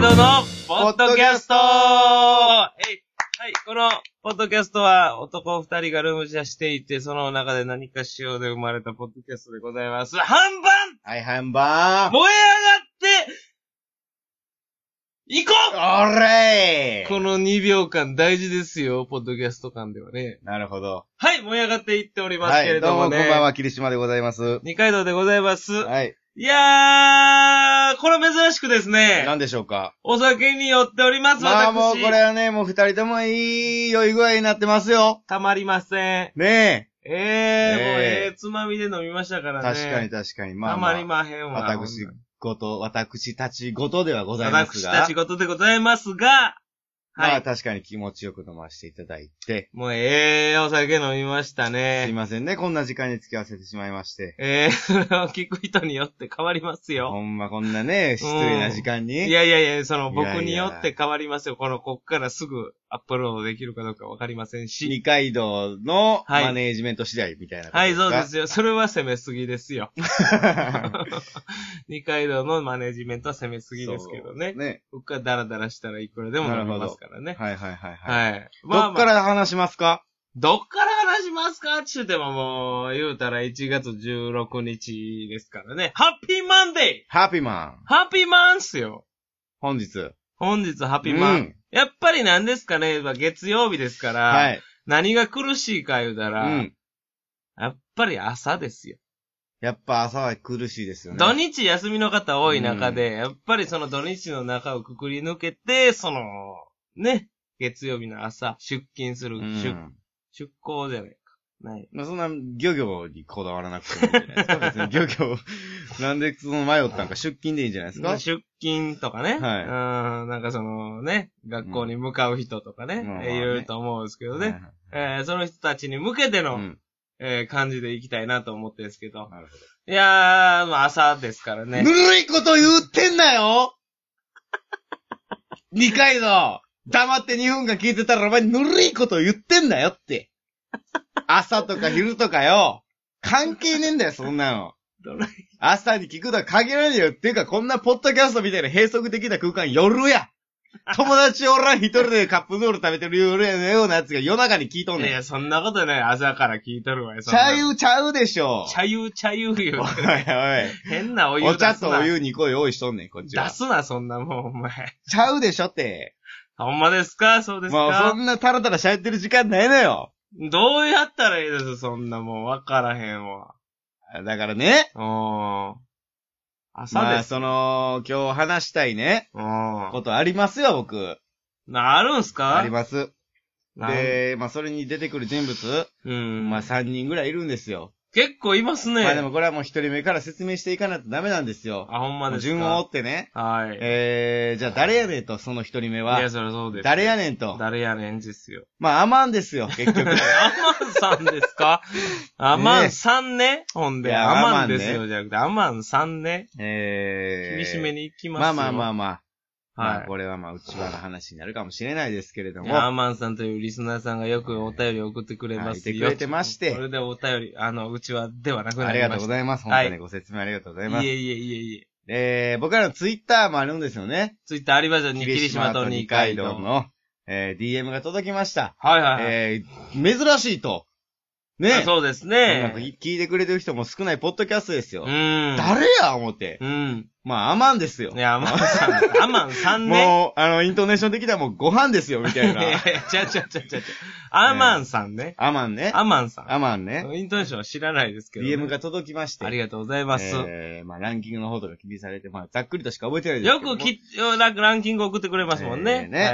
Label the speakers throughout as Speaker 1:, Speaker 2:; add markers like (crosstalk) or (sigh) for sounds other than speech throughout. Speaker 1: ドのポッドキャストえいはい、この、ポッドキャストは、男二人がルームシェアしていて、その中で何か仕様で生まれたポッドキャストでございます。半分
Speaker 2: はい、ハンバー
Speaker 1: 燃え上がって、行こ
Speaker 2: おれ
Speaker 1: う
Speaker 2: ー
Speaker 1: この2秒間大事ですよ、ポッドキャスト間ではね。
Speaker 2: なるほど。
Speaker 1: はい、燃え上がっていっております
Speaker 2: は
Speaker 1: けれ
Speaker 2: い、ど
Speaker 1: ど
Speaker 2: うも
Speaker 1: も
Speaker 2: こん
Speaker 1: ね。
Speaker 2: ばんは、霧島でございます。
Speaker 1: 二階堂でございます。
Speaker 2: はい。
Speaker 1: いやー、これ珍しくですね、
Speaker 2: 何でしょうか
Speaker 1: お酒に酔っております、
Speaker 2: まあもう
Speaker 1: 私。
Speaker 2: これはね、もう二人ともいい酔い具合になってますよ。
Speaker 1: たまりません。
Speaker 2: ね
Speaker 1: ええ
Speaker 2: え
Speaker 1: もうええつまみで飲みましたか
Speaker 2: え。
Speaker 1: らね。
Speaker 2: 確かに確かに。まあ、
Speaker 1: た
Speaker 2: ま
Speaker 1: ま
Speaker 2: あ、
Speaker 1: りまへんわ。
Speaker 2: 私ごと、私たちごとではございます
Speaker 1: 私
Speaker 2: が。
Speaker 1: たち事でございますが、はい。
Speaker 2: まあ確かに気持ちよく飲ませていただいて。
Speaker 1: もうええお酒飲みました
Speaker 2: すい
Speaker 1: ね。
Speaker 2: ませんね、こんな時間に付き合わせてしまいまして。
Speaker 1: ええそれを (laughs) 聞く人によって変わりますよ。
Speaker 2: ほんまこんなね、失礼な時間
Speaker 1: い
Speaker 2: に。
Speaker 1: やいやいや、その
Speaker 2: いやいや
Speaker 1: 僕によって変わりますよ。この、こっからすぐアップロードできるかどうかわかりませんし。
Speaker 2: 二階堂の
Speaker 1: はい
Speaker 2: マネージメント次第みたいなこと
Speaker 1: はい、そうですすよ。それは攻めすぎですよ。二階堂のマネジメントは攻
Speaker 2: (laughs)
Speaker 1: めすぎですけどね。
Speaker 2: ね。
Speaker 1: 僕はダラダラしたらいくらでも飲みますからね。
Speaker 2: はいはいはいはい。
Speaker 1: はい。
Speaker 2: どっか、ら話しますか
Speaker 1: どっから話しますかって言ってももう、言うたら1月16日ですからね。ハッピーマンデー
Speaker 2: ハッピーマン。
Speaker 1: ハッピーマンっすよ。
Speaker 2: 本日。
Speaker 1: 本日ハッピーマン。
Speaker 2: うん
Speaker 1: やっぱり何ですかね、まあ月曜日ですから、
Speaker 2: はい。
Speaker 1: 何が苦しいか言うた
Speaker 2: う
Speaker 1: ら、
Speaker 2: ん。
Speaker 1: やっぱり朝ですよ。や
Speaker 2: やっぱ朝は苦しいですよね。
Speaker 1: 土日休みの方多い中で、やっぱりその土日の中をくくり抜けて、その、ね、月曜日の朝、出勤する、出
Speaker 2: うん。
Speaker 1: 出港じゃないか。ない。
Speaker 2: まあそんな漁業にこだわらなくてもいいんじゃないですか。
Speaker 1: (laughs)
Speaker 2: 別に漁業、なんでその迷ったんか出勤でいいんじゃないですか。
Speaker 1: 出勤とかね。
Speaker 2: はい
Speaker 1: うん、なんかそのね、学校に向かう人とかね、
Speaker 2: うんまあまあ
Speaker 1: え
Speaker 2: ね
Speaker 1: いろいろと思うんですけどね。
Speaker 2: はいはい
Speaker 1: えーその人たちに向けての、
Speaker 2: うん。
Speaker 1: えー感じでいきたいなと思ってるんですけど。
Speaker 2: なるほど
Speaker 1: いやー、まあ朝ですからね
Speaker 2: ぬ。るいこと言ってんなよ (laughs) 二階堂黙って2分間聞いてたらお前ぬるいこと言ってんなよって。朝とか昼とかよ。関係ねえんだよ、そんなの。
Speaker 1: どない
Speaker 2: 朝に聞くとは限らないよ。っていうか、こんなポッドキャストみたいな閉塞的な空間夜や。友達おらん一人でカップヌードル食べてる夜やのようなやつが夜中に聞いとん
Speaker 1: い
Speaker 2: ねん。
Speaker 1: や、そんなことない。朝から聞いとるわよ。そん
Speaker 2: ち
Speaker 1: な
Speaker 2: ゃうちゃうでしょ。
Speaker 1: 茶湯、茶湯言う
Speaker 2: おい。お
Speaker 1: 変なお湯
Speaker 2: い。
Speaker 1: 出
Speaker 2: お
Speaker 1: すな。
Speaker 2: 茶とお湯2個用意しとんねん、こっちは。
Speaker 1: 出すな、そんなもん、お前。
Speaker 2: ちゃうでしょって。
Speaker 1: ほんまですかそうですか、
Speaker 2: まあ、そんなタラタラ喋ってる時間ないのよ。
Speaker 1: どうやったらいいですそんなもん。わからへんわ。
Speaker 2: だからね。
Speaker 1: うーん。朝
Speaker 2: ま
Speaker 1: で
Speaker 2: あ、
Speaker 1: す。
Speaker 2: その、今日話したいね、
Speaker 1: う
Speaker 2: ことありますよ、僕。
Speaker 1: ん。なるんすか
Speaker 2: あります。
Speaker 1: なん
Speaker 2: で、まあ、それに出てくる人物、
Speaker 1: うん。
Speaker 2: まあ、3人ぐらいいるんですよ。
Speaker 1: 結構いますね。
Speaker 2: まあ、でもこれはもう1人目から説明していかないとダメなんですよ。
Speaker 1: あ、ほんまですか。
Speaker 2: 順を追ってね。
Speaker 1: はい。
Speaker 2: えー、じゃあ誰やねんと、その1人目
Speaker 1: い
Speaker 2: は
Speaker 1: や、。そりゃそうです。
Speaker 2: 誰や
Speaker 1: ね
Speaker 2: ねんと。
Speaker 1: 誰やねんですよ。
Speaker 2: まあ、アマンですよ、
Speaker 1: (laughs)
Speaker 2: 結局。
Speaker 1: アマンさんです
Speaker 2: (laughs)
Speaker 1: かアマンさんね。ほん
Speaker 2: い
Speaker 1: で、
Speaker 2: や
Speaker 1: アマ
Speaker 2: アマン
Speaker 1: ン
Speaker 2: ね
Speaker 1: ですよ、じゃなくて、アマンさんね。
Speaker 2: えー。
Speaker 1: 厳しめに行きます
Speaker 2: まあ
Speaker 1: よ。
Speaker 2: まあまあまあ。まあ、
Speaker 1: はい。
Speaker 2: これはまあ、うちわの話になるかもしれないですけれど
Speaker 1: い
Speaker 2: も。
Speaker 1: やアマンさんというリスナーさんがよくお便りを送ってくれますよ。
Speaker 2: はいいてくれてまして
Speaker 1: それでお便り、あの、うちはではなく
Speaker 2: あ
Speaker 1: な
Speaker 2: り
Speaker 1: り
Speaker 2: が
Speaker 1: ました。
Speaker 2: とうご
Speaker 1: い
Speaker 2: ざいます。本
Speaker 1: は
Speaker 2: 当
Speaker 1: い
Speaker 2: にご説明ありがとうございます。
Speaker 1: えいえいえいえ。
Speaker 2: えー、僕らのツイッターもあるんですよね。
Speaker 1: ツイッターありましたね。霧島と二階堂。はい
Speaker 2: の、えー、DM が届きました。
Speaker 1: はいはい。
Speaker 2: えー、珍しいと。ね
Speaker 1: あそうです
Speaker 2: なんか
Speaker 1: ね。
Speaker 2: 聞いてくれてる人も少ないポッドキャストです
Speaker 1: う
Speaker 2: よ。
Speaker 1: ん。
Speaker 2: 誰や思って。
Speaker 1: うん。
Speaker 2: まあ、アマンですよ。
Speaker 1: いや、アマンさん、アマンさんね。
Speaker 2: もう、あの、イントネーション的にはもうご飯ですよ、みた
Speaker 1: いやい
Speaker 2: い
Speaker 1: や
Speaker 2: な。
Speaker 1: いや、ちゃうちゃうちゃうちゃう。アマンさんね。
Speaker 2: アマンね。
Speaker 1: アマンさん。
Speaker 2: アマンね。
Speaker 1: イントネーションは知らないですけどね。
Speaker 2: DM が届きまして。
Speaker 1: ありがとうございます。
Speaker 2: えー、まあ、ランキングの方とか気にされて、まあ、ざっくりとしか覚えてないです
Speaker 1: よ
Speaker 2: けど
Speaker 1: く
Speaker 2: も
Speaker 1: き、ラランキング送ってくれますもん
Speaker 2: えー
Speaker 1: ね。
Speaker 2: ね、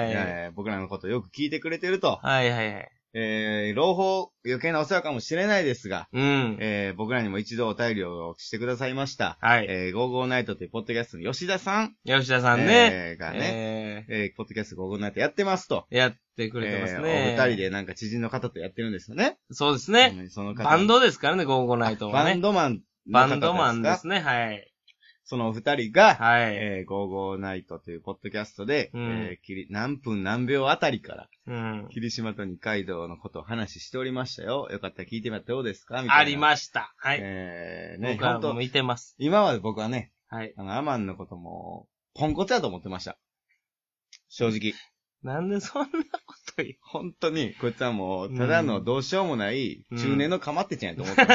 Speaker 2: えー僕らのことよく聞いてくれてると。
Speaker 1: はい。はいはいはい。
Speaker 2: えー、朗報、余計なお世話かもしれないですが、
Speaker 1: うん。
Speaker 2: えー、僕らにも一度お便りをしてくださいました。
Speaker 1: はい。
Speaker 2: えー、ゴーゴーナイトというポッドキャストの吉田さん、
Speaker 1: 吉田さんね。
Speaker 2: えーがね、
Speaker 1: え
Speaker 2: えーポッドキャストゴーゴーナイトやってますと。
Speaker 1: ーやってくれてますね。
Speaker 2: えーお二人。でなんか知人の方とやってるんですよね。
Speaker 1: そうですね。
Speaker 2: うんその方。
Speaker 1: バンドですからね、ゴーゴーナイトは
Speaker 2: バ
Speaker 1: ね。
Speaker 2: ンドマンの
Speaker 1: バ
Speaker 2: 方
Speaker 1: ンドマンで
Speaker 2: か
Speaker 1: すね、はい。
Speaker 2: そのお二人が、
Speaker 1: はい。
Speaker 2: えー、ゴーゴーナイトというポッドキャストで、
Speaker 1: うん
Speaker 2: えーきり何分何秒あたりから、
Speaker 1: うん。
Speaker 2: 霧島と二階堂のことを話しておりましたよ。よかったら聞いてみたらどうですかみたいな。
Speaker 1: ありました。はい。
Speaker 2: えー、ね、
Speaker 1: 僕は
Speaker 2: 本
Speaker 1: もう
Speaker 2: 当
Speaker 1: 見てます。
Speaker 2: 今まで僕はね、 (laughs)
Speaker 1: はい。
Speaker 2: あの、アマンのことも、ポンコツやと思ってました。正直。
Speaker 1: なんでそんなこと言
Speaker 2: 本当に、こいつはもう、ただのどうしようもない、中年のかまってちゃんやと思ってる。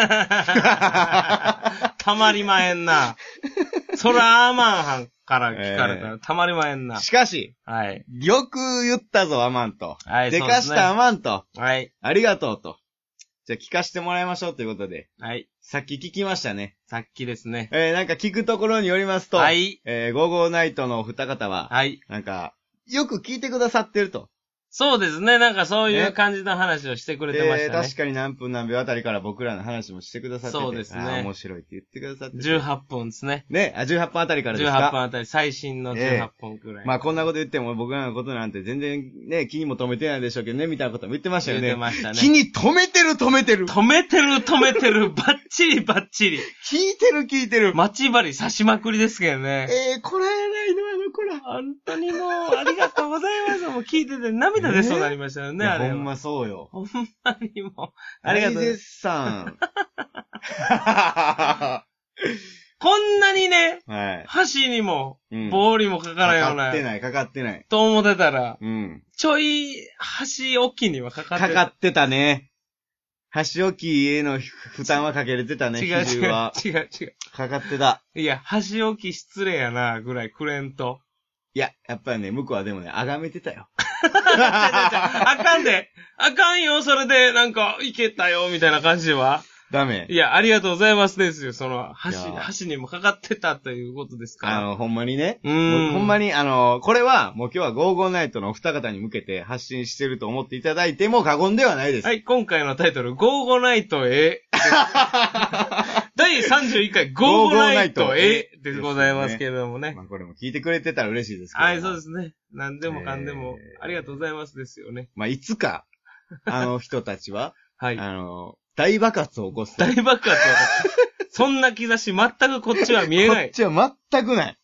Speaker 1: うたまりまへん
Speaker 2: (laughs)
Speaker 1: な。そらアーマンハンから聞かれたらたまりまへんな。
Speaker 2: (laughs) しかし、
Speaker 1: はい。
Speaker 2: よく言ったぞ、アマンと。
Speaker 1: はい、
Speaker 2: でかし
Speaker 1: そ
Speaker 2: たア
Speaker 1: う
Speaker 2: マンと。
Speaker 1: ですねはい。
Speaker 2: ありがとうと。じゃあ聞かせてもらいましょうということで、
Speaker 1: はい。
Speaker 2: さっき聞きましたね。
Speaker 1: さっきですね。
Speaker 2: えー、なんか聞くところによりますと、
Speaker 1: はい。
Speaker 2: えー、ゴーゴーナイトのお二方は、
Speaker 1: はい。
Speaker 2: なんか、よく聞いてくださってると。
Speaker 1: そうですね。なんかそうい
Speaker 2: ね
Speaker 1: う感じの話をしてくれ
Speaker 2: で、
Speaker 1: てましたね
Speaker 2: 確。かに何分何秒あたりから僕らの話もしてくださってて
Speaker 1: そうですね
Speaker 2: あー面白いって言ってくださってて。
Speaker 1: 18分ですね。
Speaker 2: ね、あ、18分あたりからですか
Speaker 1: 18分あたり、最新の18分くらい。
Speaker 2: まあこんなこと言っても僕らのことなんて全然ね、気にも留めてないでしょうけどね、みたいなことも言ってましたよ
Speaker 1: 言っ
Speaker 2: ね。
Speaker 1: てましたね。
Speaker 2: 気に留めてる留めてる
Speaker 1: 止めてる止めてる、バッチリバッチリ。
Speaker 2: 聞いてる聞いてる
Speaker 1: 待ち針刺しまくりですけどね。
Speaker 2: えー、こらえないのあの子ら。
Speaker 1: 本当にもう、ありがとうございます。もう聞いてて涙出そうになりましたよね、
Speaker 2: いや
Speaker 1: あれは。
Speaker 2: ほんまそうよ。
Speaker 1: ほんまにもう。ありがとうございます。
Speaker 2: す。さ
Speaker 1: (laughs)
Speaker 2: ん。 (laughs) は
Speaker 1: こんなにね、
Speaker 2: い。
Speaker 1: 箸にも、
Speaker 2: うん
Speaker 1: 棒にもかからんよう
Speaker 2: かか
Speaker 1: な
Speaker 2: っ、てない、かかってない。
Speaker 1: と思ってたら、
Speaker 2: うん。
Speaker 1: ちょい、箸置きにはかかって
Speaker 2: かかってたね。箸置きへの負担はかけれてたね、
Speaker 1: 違う
Speaker 2: 比
Speaker 1: 違
Speaker 2: 重
Speaker 1: う
Speaker 2: は。
Speaker 1: 違う違う。
Speaker 2: かかってた。
Speaker 1: いや、箸置き失礼やな、ぐらいくれん
Speaker 2: (laughs)
Speaker 1: と。
Speaker 2: いや、やっぱりね、向こうはでもね、あがめてたよ。
Speaker 1: あかんで。あかんよ、それで、なんか、いけたよ、みたいな感じは。
Speaker 2: ダメ
Speaker 1: い。や、ありがとうございますですよ。その、箸
Speaker 2: いや、
Speaker 1: 箸にもかかってたということですから。
Speaker 2: あの、ほんまにね。
Speaker 1: う
Speaker 2: も
Speaker 1: ー。
Speaker 2: うんほんま
Speaker 1: に。
Speaker 2: に、あの、これは、もう今日はゴーゴーナイトのお二方に向けて発信してると思っていただいても過言ではないです。
Speaker 1: はい、今回のタイトル、ゴーゴナイト
Speaker 2: (laughs)
Speaker 1: え。第31回、ゴーゴナイトえ
Speaker 2: ゴーゴナイト A
Speaker 1: でございますけれどもね。
Speaker 2: まあこれも聞いてくれてたら嬉しいですけど。
Speaker 1: はい、そうですね。何でもかんでも、
Speaker 2: えー
Speaker 1: ありがとうございますですよね。
Speaker 2: まあいつか、
Speaker 1: (laughs)
Speaker 2: あの人たちは、
Speaker 1: はい。
Speaker 2: あの、大爆発を起こす。
Speaker 1: 大爆発は、そんな兆し全くこっちは見えな
Speaker 2: (laughs) こっ
Speaker 1: い。
Speaker 2: ちは全くない。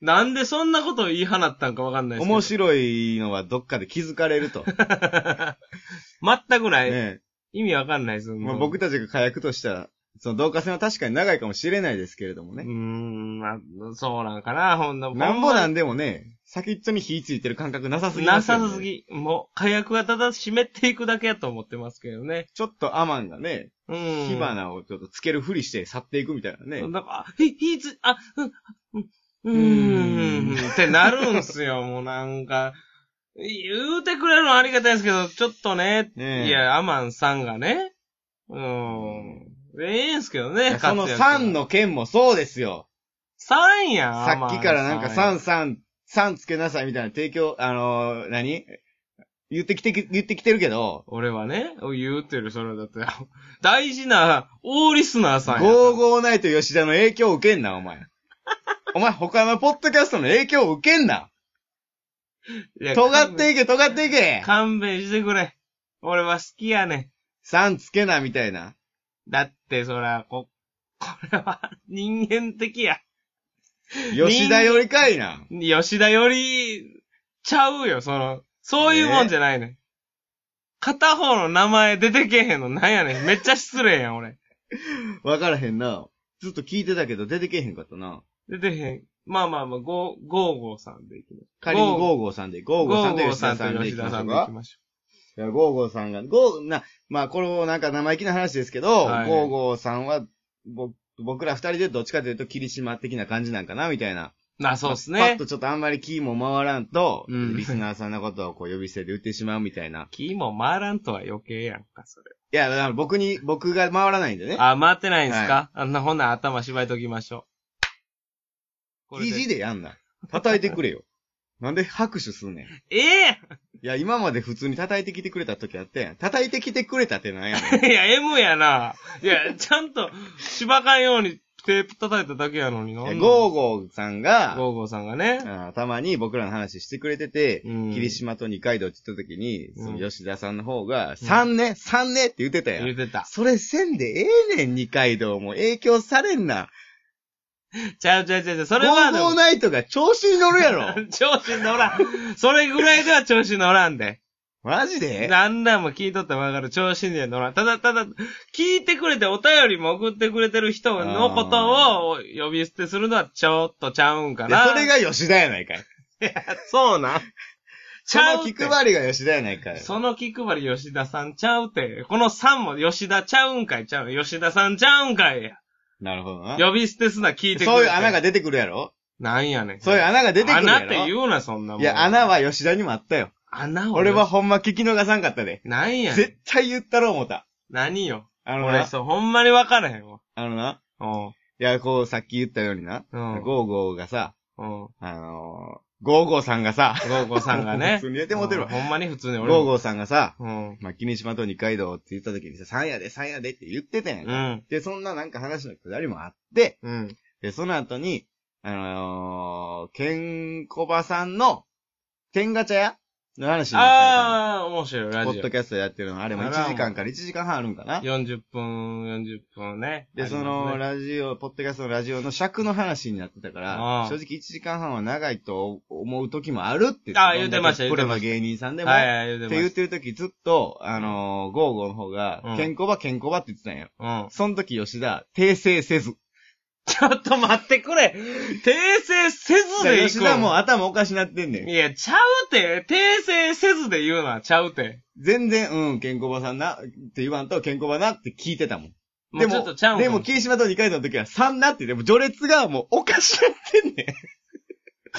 Speaker 1: なんでそんなことを言い放ったんかわかんないですけど。
Speaker 2: 面白いのはどっかで気づかれると。ね
Speaker 1: 全くない。
Speaker 2: え
Speaker 1: 意味わかんないですよ。
Speaker 2: まあ、僕たちが火薬としたら、その同化線は確かに長いかもしれないですけれども
Speaker 1: うー
Speaker 2: ね。
Speaker 1: ん、まあ、そうなんかな、ほんの。
Speaker 2: なんぼなん
Speaker 1: で
Speaker 2: でもね、先っちょに火ついてる感覚なさすぎま
Speaker 1: な
Speaker 2: すよね
Speaker 1: さすぎ。もう、火薬がただ湿っていくだけやと思ってますけどね。
Speaker 2: ちょっとアマンがね、
Speaker 1: うん。
Speaker 2: 火花をちょっとつけるふりして去っていくみたいなね。
Speaker 1: なんか、あひ、ひつ、あ、うん、うん
Speaker 2: ん
Speaker 1: うーん、ってなるんすよ、 (laughs) もうなんか。言うてくれるのはありがたいですけど、ちょっとね、
Speaker 2: ねえ
Speaker 1: いや、アマンさんがね、うん、ええんすけどね、
Speaker 2: その
Speaker 1: 活躍は
Speaker 2: 3。の件もそうですよ。
Speaker 1: 3やん、
Speaker 2: さっきからなんか
Speaker 1: アマン
Speaker 2: 3、3、3つけなさいみたいな提供、あのー何言ってきて、言ってきてるけど、
Speaker 1: 俺はね、言うてる、それだって。 (laughs) 大事な、大リスナーさんや。
Speaker 2: 55ないと吉田の影響を受けんな、お前。お前他のポッドキャストの影響を受けんな。
Speaker 1: いや
Speaker 2: 尖って
Speaker 1: 勘
Speaker 2: いけ、尖っていけ
Speaker 1: 弁勘弁してくれ。俺は好きやね
Speaker 2: !3 つけな、みたいな。
Speaker 1: ん。だって、そら、こ、これは、人間的や。
Speaker 2: 吉田よりかいな。
Speaker 1: 吉田より、ちゃうよ、その、そういうもんじゃないねん。片方の名前出てけへんのなんやねん。めっちゃ失礼やん、俺。
Speaker 2: わからへんな。ずっと聞いてたけど出てけへんかったな。
Speaker 1: 出てへん。ままあまあ、ゴー、ゴーゴーさんでいきましょう。
Speaker 2: 仮に
Speaker 1: ゴー
Speaker 2: 55さんで、55さんと吉田さ
Speaker 1: ゴーゴーさ
Speaker 2: ん
Speaker 1: んと
Speaker 2: でい
Speaker 1: 吉
Speaker 2: きま
Speaker 1: 田
Speaker 2: し
Speaker 1: さ
Speaker 2: ょ
Speaker 1: ん
Speaker 2: う
Speaker 1: でい
Speaker 2: か
Speaker 1: き。ましょ
Speaker 2: いや、ゴーゴーさんが、ゴー、な、まあ、これもなんか生意気な話ですけど、
Speaker 1: はい
Speaker 2: ゴーゴーさんは、ぼ、僕ら二人でどっちかというと霧島的な感じなんかな、みたいな。
Speaker 1: う。な、そうっす
Speaker 2: パッ
Speaker 1: ね。
Speaker 2: とちょっとあんまりキーも回らんと、
Speaker 1: うん
Speaker 2: リスナーさんのことをこう呼び捨てで売ってしまうみたいな。
Speaker 1: キも回らんとは余計やんか、それ。
Speaker 2: いや、だから僕に、僕が回らないんでね。
Speaker 1: あ、回ってないんですか、あんな、ほんなら頭縛いときましょう。これで
Speaker 2: TG でやんな。叩いてくれよ。 (laughs) なんで拍手すんねん。い
Speaker 1: ええ
Speaker 2: や、今まで普通に叩いてきてくれた時あったやん。叩いてきてくれたってなんやね
Speaker 1: (laughs) (laughs)
Speaker 2: ん。
Speaker 1: いや、M やな。いや、ちゃんと、縛かんようにテープ叩いただけやのにな。
Speaker 2: いや
Speaker 1: ゴ
Speaker 2: ゴーゴーさん
Speaker 1: ー
Speaker 2: が、
Speaker 1: ゴーゴーさんがね。
Speaker 2: あーたまに僕らの話してくれてて、
Speaker 1: うん
Speaker 2: 霧島と二階堂って言った時に、
Speaker 1: うん
Speaker 2: その吉田さんの方が、三ね、三ねって言ってたや。
Speaker 1: 言うんてた。
Speaker 2: それせんでええねん、二階堂も影響されんな。
Speaker 1: ちゃうちゃうちゃうちゃう。そ
Speaker 2: ゴ
Speaker 1: れは
Speaker 2: ー
Speaker 1: で
Speaker 2: ゴー
Speaker 1: も、。
Speaker 2: ナイトが調子に乗るやろ
Speaker 1: (laughs) 調子に乗らん。それぐらいでは調子に乗らんで。
Speaker 2: マジで
Speaker 1: 何段も聞いとってもわかる。調子には乗らん。ただただ、聞いてくれてお便りも送ってくれてる人のことを呼び捨てするのはちょっとちゃうんか (laughs)
Speaker 2: いや
Speaker 1: な。
Speaker 2: それが吉田やないかい。
Speaker 1: そうなん。ちゃう
Speaker 2: そ
Speaker 1: っ
Speaker 2: の気
Speaker 1: て。
Speaker 2: 配りが吉田やないかい。
Speaker 1: その気配り吉田さんちゃうて。この3も吉田ちゃうんかいちゃう。吉田さんちゃうんかいや。
Speaker 2: なるほどな。
Speaker 1: 呼び捨てすな聞いてくれて。
Speaker 2: そういう穴が。出てくるやろ
Speaker 1: なんやねん。
Speaker 2: そういう穴が出てくるやろ
Speaker 1: 穴って言うな、そんなもん。
Speaker 2: いや、穴。は吉田にもあったよ。
Speaker 1: 穴を。
Speaker 2: 俺は。ほんま聞き逃さんかったで。
Speaker 1: なんやねん。
Speaker 2: 絶対言ったろ思った。
Speaker 1: 何よ。
Speaker 2: あの
Speaker 1: 俺、
Speaker 2: な、
Speaker 1: そう、ほんまにわからへんわ。
Speaker 2: あのな、
Speaker 1: うん。
Speaker 2: いや、こうさっき言ったようにな、
Speaker 1: うん
Speaker 2: ゴーゴーがさ、
Speaker 1: うん。ゴ
Speaker 2: あのー、ゴーゴーさんがさ、
Speaker 1: ーゴーさん
Speaker 2: (laughs)
Speaker 1: がね。
Speaker 2: 普通に言ってもうてるわ
Speaker 1: うんほんまに普通に
Speaker 2: ゴ
Speaker 1: 俺
Speaker 2: ー
Speaker 1: も。
Speaker 2: ゴーさんがさ、
Speaker 1: うん。
Speaker 2: まあ、君島と二階堂って言った時にさ、三夜で三夜でって言ってたやん
Speaker 1: う
Speaker 2: か。
Speaker 1: ん。
Speaker 2: で、そんななんか話のくだりもあって、
Speaker 1: うん。
Speaker 2: で、その後に、あのー、ケンコバさんの、ケンガチャ屋の話になった
Speaker 1: ああ、面白い、
Speaker 2: り
Speaker 1: ラ
Speaker 2: ポッ
Speaker 1: ジ
Speaker 2: ドキャストやってるの、あれも
Speaker 1: あ
Speaker 2: 1
Speaker 1: ら
Speaker 2: 時間から1時間半あるんかな
Speaker 1: オ。。40分、40分ね。
Speaker 2: で、その、
Speaker 1: あ
Speaker 2: ラジオ、ポッドキャストのラジオの尺の話になってたから
Speaker 1: あ、ー
Speaker 2: 正直1時間半は長いと思う時もあるって
Speaker 1: あー言ってました言
Speaker 2: プ
Speaker 1: って
Speaker 2: ロ
Speaker 1: ま
Speaker 2: の
Speaker 1: した
Speaker 2: 芸人さん
Speaker 1: り
Speaker 2: でも。
Speaker 1: ますねはいはい、言
Speaker 2: っ
Speaker 1: う
Speaker 2: て
Speaker 1: て
Speaker 2: 言
Speaker 1: ま
Speaker 2: っ
Speaker 1: して
Speaker 2: る時ずっと、あのー、ゴーゴーの方が
Speaker 1: う、ん
Speaker 2: ケンコバ、ケンコバって言ってたんよ。
Speaker 1: た。うん。
Speaker 2: その時吉田、訂正せず。
Speaker 1: (laughs) ちょっと待ってくれ訂正せずで行こう
Speaker 2: 吉田もう頭おかしなってんねん。
Speaker 1: いや、ちゃうて訂正せずで言うのはちゃうて。
Speaker 2: 全然、うん、ケンコバさんな、って言わんと、ケンコバなって聞いてたもん。
Speaker 1: もうちょっとちゃうんか
Speaker 2: でも、霧島と二階堂の時は3なって、でも序列がもうおかしなってんねん。
Speaker 1: (laughs)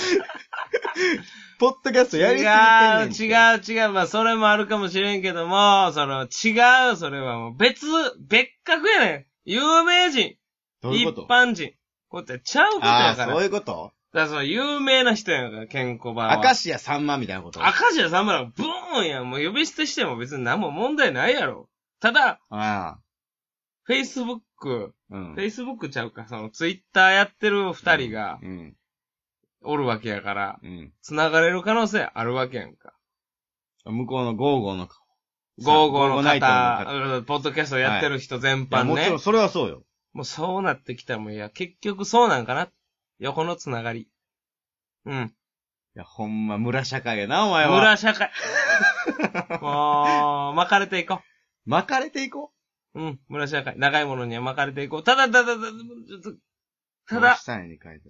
Speaker 2: ポッドキャストやりすぎてんねんって。
Speaker 1: 違う、違う、違う。まあ、それもあるかもしれんけども、その、違う、それはもう別、別格やねん。有名人、
Speaker 2: どういうこと
Speaker 1: 一般人。こうやってちゃうこと
Speaker 2: あ
Speaker 1: や
Speaker 2: あ
Speaker 1: か
Speaker 2: ー、
Speaker 1: ら。
Speaker 2: そう
Speaker 1: だ
Speaker 2: いうこと
Speaker 1: からその、有名な人やから、ケンコバは。
Speaker 2: 明石家さんまみたいなことあ
Speaker 1: 赤字さんまら、ブーンやん。もう呼び捨てしても別に何も問題ないやろ。ただ、
Speaker 2: あ。
Speaker 1: Facebook、
Speaker 2: うん。
Speaker 1: Facebook ちゃうか、その Twitter やってる二人が
Speaker 2: うん。
Speaker 1: おるわけやから、
Speaker 2: うん。
Speaker 1: 繋がれる可能性あるわけやんか。
Speaker 2: 向こうのゴーゴーの顔。
Speaker 1: ゴーゴーの
Speaker 2: ナイト
Speaker 1: 方、
Speaker 2: 方
Speaker 1: うんポッドキャストやってる人全
Speaker 2: いや
Speaker 1: 般
Speaker 2: もち
Speaker 1: ね。
Speaker 2: ろん、それはそうよ。
Speaker 1: もうそうなってきたらもんいや、結局そうなんかな。横のつながり。うん。
Speaker 2: いや、ほんま、村社会やな、お前は。
Speaker 1: 村社会。 (laughs) もう、巻かれていこう。
Speaker 2: 巻かれていこ
Speaker 1: うん、村社会。長いものには巻かれていこう。ただ、ただ、ただ、ちょっと
Speaker 2: う。
Speaker 1: ただ、
Speaker 2: 下絵に書いて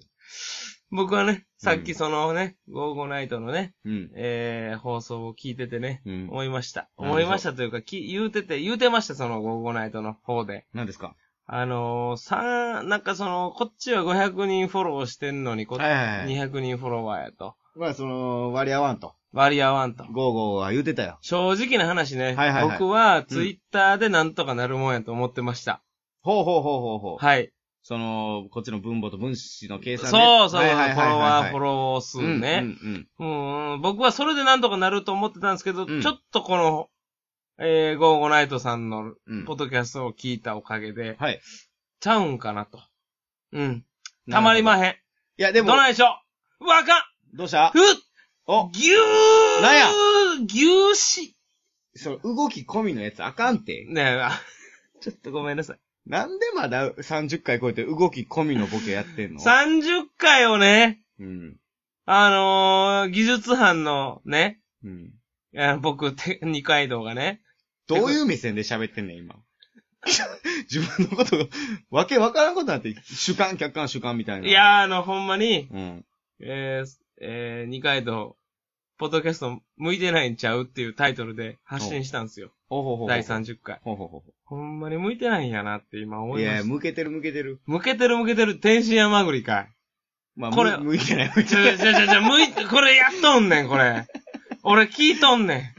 Speaker 1: 僕はね、さっ
Speaker 2: う
Speaker 1: き
Speaker 2: ん
Speaker 1: そのね、ゴーゴーナイトのね、
Speaker 2: る。うん。
Speaker 1: えー、放送を聞いててね、
Speaker 2: うん。
Speaker 1: 思いました。
Speaker 2: なるほど
Speaker 1: 思いましたというか、き言うてて、言うてました、そのゴーゴーナイトの方で。
Speaker 2: 何ですか
Speaker 1: あのー、さん、なんかその、こっちは500人フォローしてんのに、こっち
Speaker 2: はいはいはい
Speaker 1: 200人フォロワーやと。
Speaker 2: まあ、その、割り合わんと。
Speaker 1: 割り合わんと。
Speaker 2: ゴーゴーは言うてたよ。
Speaker 1: 正直な話ね。
Speaker 2: はいはいはい
Speaker 1: 僕は、ツイッターでなんとかなるもんやと思ってました。
Speaker 2: ほうほうほうほうほう。
Speaker 1: はい。
Speaker 2: その、こっちの分母と分子の計
Speaker 1: そ
Speaker 2: 算
Speaker 1: う
Speaker 2: で。
Speaker 1: そう、フ
Speaker 2: はいはい
Speaker 1: ォ
Speaker 2: はいはい
Speaker 1: ロワー、フォ
Speaker 2: ロ
Speaker 1: ロワー数ね。。
Speaker 2: うんうん
Speaker 1: うん、うん僕はそれでなんとかなると思ってたんですけど、
Speaker 2: うん
Speaker 1: ちょっとこの、えー、ゴーゴナイトさんの、
Speaker 2: うんうん
Speaker 1: ポッドキャストを聞いたおかげで、
Speaker 2: はい。
Speaker 1: ちゃうんかなと。うん。たまりま
Speaker 2: ん。い
Speaker 1: へん。
Speaker 2: や、でも
Speaker 1: ど、ないでしょうわかん
Speaker 2: どうした
Speaker 1: ふっ
Speaker 2: お、
Speaker 1: ぎゅー
Speaker 2: なんや
Speaker 1: ぎゅーし。
Speaker 2: その動き込みのやつあかんて。
Speaker 1: ねえ、あちょっとごめんなさい。
Speaker 2: なんでまだ30回超えて動き込みのボケやってんの
Speaker 1: 30回をね、
Speaker 2: うん。
Speaker 1: あのー、技術班のね、
Speaker 2: うん。
Speaker 1: あの僕、て二階堂がね、
Speaker 2: どういう目線で喋ってんねん、今。 (laughs) 自分のことが、わけわからんことなんて、主観、客観、主観みたいな。
Speaker 1: い。やー、あの、ほんまに、
Speaker 2: うん。
Speaker 1: えー、えー、二階堂、ポッドキャスト向いてないんちゃうっていうタイトルで発信したんですよ。
Speaker 2: ほうほうほうほう。
Speaker 1: 第。30回。
Speaker 2: ほうほうほうほ
Speaker 1: ほんまに向いてないんやなって今思
Speaker 2: う。い
Speaker 1: いま
Speaker 2: や、
Speaker 1: した。
Speaker 2: 向けてる向けてる。
Speaker 1: 向けてる向けてる、天津山栗かい。
Speaker 2: まあ、
Speaker 1: これ
Speaker 2: む向いてない、向い
Speaker 1: ち
Speaker 2: て
Speaker 1: ょ
Speaker 2: ない。
Speaker 1: ちょちょちょ、向いて、これやっとんねん、これ。俺聞いとんねん。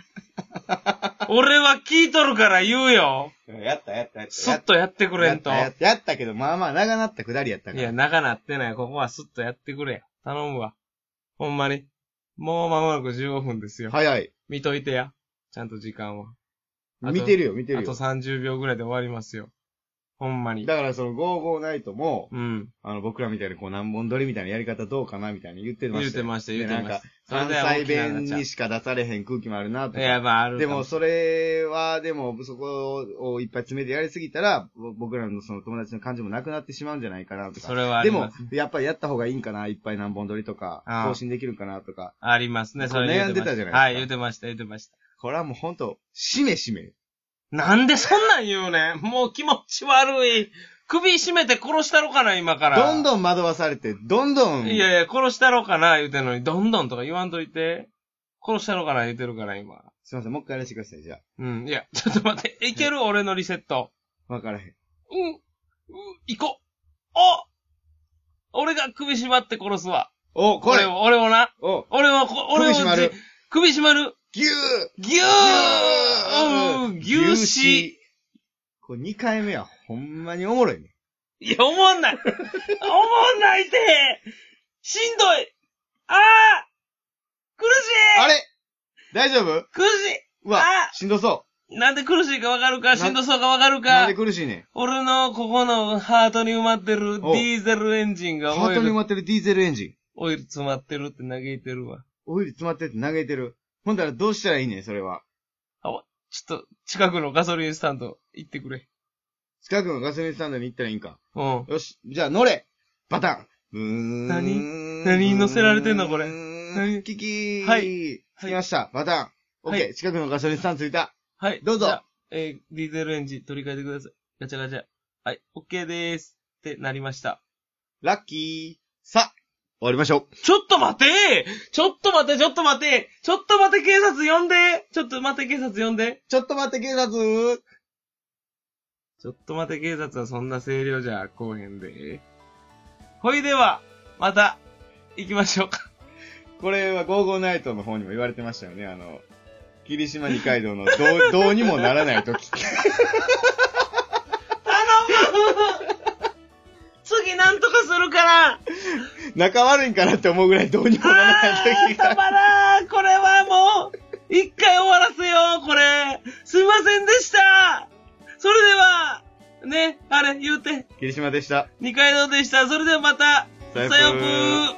Speaker 1: 俺は聞いとるから言うよ。
Speaker 2: やったやったやった。
Speaker 1: スッとやってくれんと。
Speaker 2: やっ
Speaker 1: い
Speaker 2: たやったけど、まあまあ長なったくだりやったから。
Speaker 1: や、長なってない。ここはスッとやってくれ。頼むわ。ほんまに。もう間もなく15分ですよ。
Speaker 2: 早い。
Speaker 1: 見といてや。ちゃんと時間は。あと
Speaker 2: 見てるよ、見て
Speaker 1: あ
Speaker 2: る
Speaker 1: と
Speaker 2: よ。
Speaker 1: 30秒ぐらいで終わりますよ。ほんまに。
Speaker 2: だからその、ゴーゴーナイトも、
Speaker 1: うん。
Speaker 2: あの、僕らみたいにこう、何本撮りみたいなやり方どうかなみたいに言ってま
Speaker 1: 言
Speaker 2: し
Speaker 1: う
Speaker 2: たよ。
Speaker 1: てました、言うてました。そ
Speaker 2: 関
Speaker 1: れでは大きな
Speaker 2: 西弁
Speaker 1: なっ
Speaker 2: にしか出されへん空気もあるな
Speaker 1: ちゃ
Speaker 2: と
Speaker 1: う。
Speaker 2: か。
Speaker 1: いや、まあ、ある
Speaker 2: で
Speaker 1: かも
Speaker 2: も、それは、でも、そこをいっぱい詰めてやりすぎたら、ぼ僕らのその友達の感じもなくなってしまうんじゃないかなとか。
Speaker 1: それはあ
Speaker 2: で
Speaker 1: り
Speaker 2: も
Speaker 1: ます。、
Speaker 2: やっぱりやった方がいいんかな、いっぱい何本撮りとか
Speaker 1: あ、あ
Speaker 2: 更新できるんかなとか。
Speaker 1: ありますね、それ言うま
Speaker 2: 悩んでたじゃないですか
Speaker 1: はい、言うてました、言うてました。
Speaker 2: これはもうほんと、しめしめ。
Speaker 1: なんでそんなん言うねん。もう気持ち悪い。首絞めて殺したろかな、今から。
Speaker 2: どんどん惑わされて、どんどん、
Speaker 1: いやいや、殺したろかな、言うてんのに、どんどんとか言わんといて。殺したのかな言ってるから、今。
Speaker 2: すいません、もう一回やらせてください、じゃ
Speaker 1: うん。いや、ちょっと待って。いける俺のリセット。
Speaker 2: あ。わからへん。
Speaker 1: うん。うん。行こう。お俺が首縛って殺すわ。
Speaker 2: お、これ
Speaker 1: 俺を俺をな。
Speaker 2: お、
Speaker 1: 俺はこ、俺を
Speaker 2: 首絞まる
Speaker 1: じ。首絞まる。
Speaker 2: ぎゅ
Speaker 1: ぎゅ
Speaker 2: ー
Speaker 1: ー牛脂。。
Speaker 2: これ2回目はほんまにおもろいね。
Speaker 1: いや、おもんない。おもんないってしんどいあー苦しい
Speaker 2: あれ大丈夫
Speaker 1: 苦し
Speaker 2: うわ
Speaker 1: あ、
Speaker 2: しんどそ
Speaker 1: いなんで苦しいかわかるかしんどそうかわかる
Speaker 2: う。な
Speaker 1: か
Speaker 2: んで苦しいねん。
Speaker 1: 俺のここのハートに埋まってるデ
Speaker 2: お
Speaker 1: ィーゼルエンジンが
Speaker 2: ハ
Speaker 1: オイ
Speaker 2: ートに埋
Speaker 1: ル、
Speaker 2: まってるディーゼルエンジン。
Speaker 1: オイル詰まってるって嘆いてるわ。
Speaker 2: オイル詰まってて投げてる。ほんだらどうしたらいいねん、それは。
Speaker 1: ちょっと、近くのガソリンスタンド行ってくれ。
Speaker 2: 近くのガソリンスタンドに行ったらいいんか。
Speaker 1: うん。
Speaker 2: よし、じゃあ乗れバタンブーン
Speaker 1: 何何に乗せられてんのこれ
Speaker 2: 何
Speaker 1: 何
Speaker 2: キキー
Speaker 1: はい
Speaker 2: 着きました、バタンオッケー、
Speaker 1: は
Speaker 2: 近くのガソリンスタンド着いた
Speaker 1: はい。
Speaker 2: どうぞ
Speaker 1: じゃあえーディーゼルエンジン取り替えてください。ガチャガチャ。はい、オッケーでーす。ってなりました。
Speaker 2: ラッキーさあ、終わりましょう
Speaker 1: ちょっと待てちょっと待て、ちょっと待てちょっと待て、警察呼んでちょっと待て、警察呼んで
Speaker 2: ちょっと待って、警察
Speaker 1: ちょっと待て、警察はそんな声量じゃこうへんで。ほいでは、また、行きましょうか。
Speaker 2: これはゴーゴーナイトの方にも言われてましたよね、あの、霧島二階堂
Speaker 1: (laughs)
Speaker 2: のどう、どうにもならない時。
Speaker 1: 頼む次なんとかするから
Speaker 2: 仲悪いんかなって思うぐらいどうにもならない時
Speaker 1: あー (laughs)
Speaker 2: が。
Speaker 1: まらんこれはもう、一回終わらせよう、これすいませんでしたそれでは、ね、あれ、言うて、
Speaker 2: 霧島でした。
Speaker 1: 二階堂でした。それではまた、
Speaker 2: さ
Speaker 1: さ
Speaker 2: よぷー
Speaker 1: よぷー